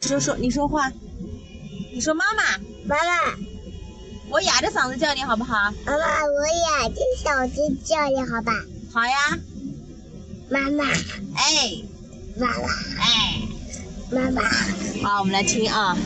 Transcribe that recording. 说说，你说话，你说妈妈，妈妈，我哑着嗓子叫你好不好？妈妈，我也听小鸡叫你好吧？好呀，妈妈，哎妈妈，哎，妈妈。好，我们来听啊。